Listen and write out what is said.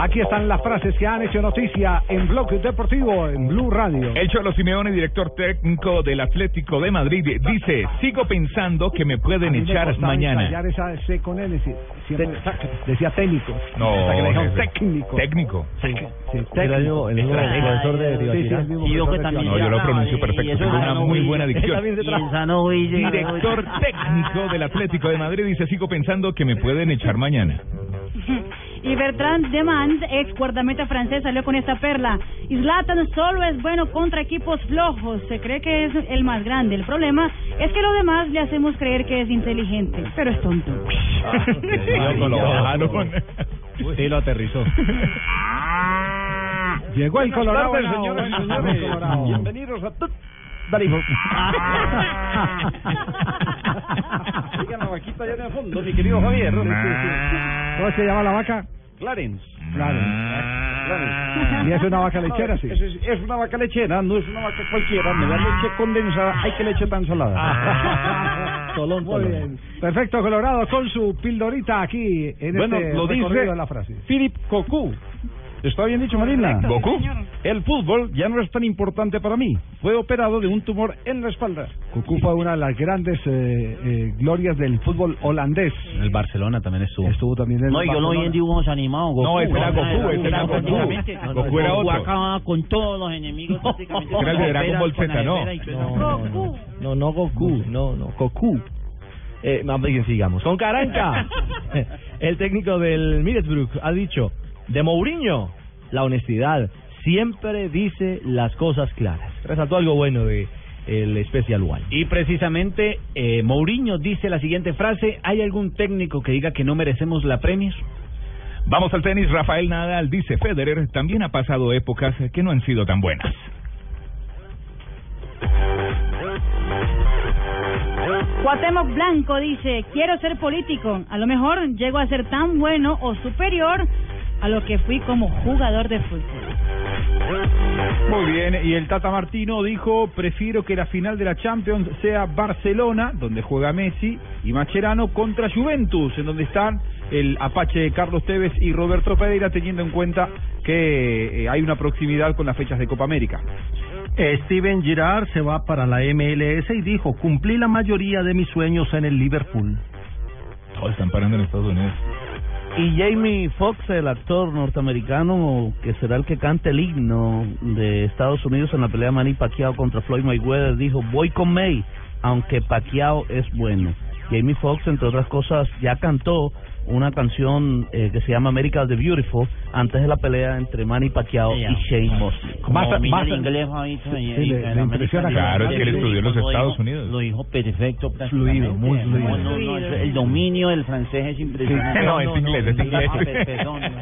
Aquí están las frases que han hecho noticia en Blog Deportivo en Blue Radio. El Cholo Simeone, director técnico del Atlético de Madrid, dice, sigo pensando que me pueden echar mañana. Ensayar esa C con L, si- siempre decía técnico. No, hasta que le dijeron jefe. técnico. Técnico. Sí, sí, Era el mismo, el mismo profesor de Sí, sí, Tibaquirá. el mismo profesor de Tibaquirá. No, yo lo pronuncio perfecto. Tengo una muy buena dicción. Director técnico del Atlético de Madrid dice, sigo pensando que me pueden echar mañana. Y Bertrand Demand, ex guardameta francés, salió con esta perla. Zlatan solo es bueno contra equipos flojos. Se cree que es el más grande. El problema es que lo demás le hacemos creer que es inteligente, pero es tonto. Lo bajaron. Sí, lo aterrizó. Ah. Llegó el Colorado. tardes, Henao, señoras y el señores. Colorado. Bienvenidos a Tut- Dale, hijo. Oigan la vaquita allá en el fondo, mi querido Javier. ¿Cómo se llama la vaca? Clarence. Y es una vaca lechera, sí. Es, es- es una vaca lechera, no es una vaca cualquiera. Me da leche condensada. Ay, qué leche tan salada. Tolón, Ah, Muy bien. Perfecto, Colorado, con su pildorita aquí en Bueno, este lo recorrido dice de la frase. Philip Cocu. ¿Está bien dicho, Marina? ¿Goku? El fútbol ya no es tan importante para mí. Fue operado de un tumor en la espalda. Cucú fue una de las grandes eh, eh, glorias del fútbol holandés. El Barcelona también estuvo. Estuvo también en el No, yo lo vi Barcelona. en dibujos animados. Goku. No, ese era Goku, ese era Goku. prácticamente. Goku era otro. acababa con todos los enemigos prácticamente. Era el de Con Dragon la Ball esfera, Z, con ¿no? la esfera y- Goku. No, no Goku, no, no, Goku. Eh, más bien sigamos. Con Caranca, el técnico del Middlesbrough ha dicho, de Mourinho, la honestidad, siempre dice las cosas claras. Resaltó algo bueno de el Special One. Y precisamente eh, Mourinho dice la siguiente frase, ¿hay algún técnico que diga que no merecemos la Premier? Vamos al tenis. Rafael Nadal dice, Federer también ha pasado épocas que no han sido tan buenas. Cuauhtémoc Blanco dice, quiero ser político. A lo mejor llego a ser tan bueno o superior a lo que fui como jugador de fútbol. Muy bien, y el Tata Martino dijo, prefiero que la final de la Champions sea Barcelona, donde juega Messi, y Macherano contra Juventus, en donde están el Apache Carlos Tevez y Roberto Pereira, teniendo en cuenta que eh, hay una proximidad con las fechas de Copa América. Steven Girard se va para la MLS y dijo, cumplí la mayoría de mis sueños en el Liverpool. Todos están parando en Estados Unidos. Y Jamie Foxx, el actor norteamericano, que será el que cante el himno de Estados Unidos en la pelea Manny Pacquiao contra Floyd Mayweather, dijo, voy con May, aunque Pacquiao es bueno. Jamie Foxx, entre otras cosas, ya cantó una canción eh, que se llama America the Beautiful antes de la pelea entre Manny Pacquiao Ya. y Shane Mosley. Basta- basta- Sí, le- le impresiona Claro, es que él estudió en los Lo Estados dijo- Unidos. Lo dijo perfecto, prácticamente. Fluido, muy No, fluido. no, no, el dominio del francés es impresionante. No, es inglés, es inglés. Ah, per- perdón.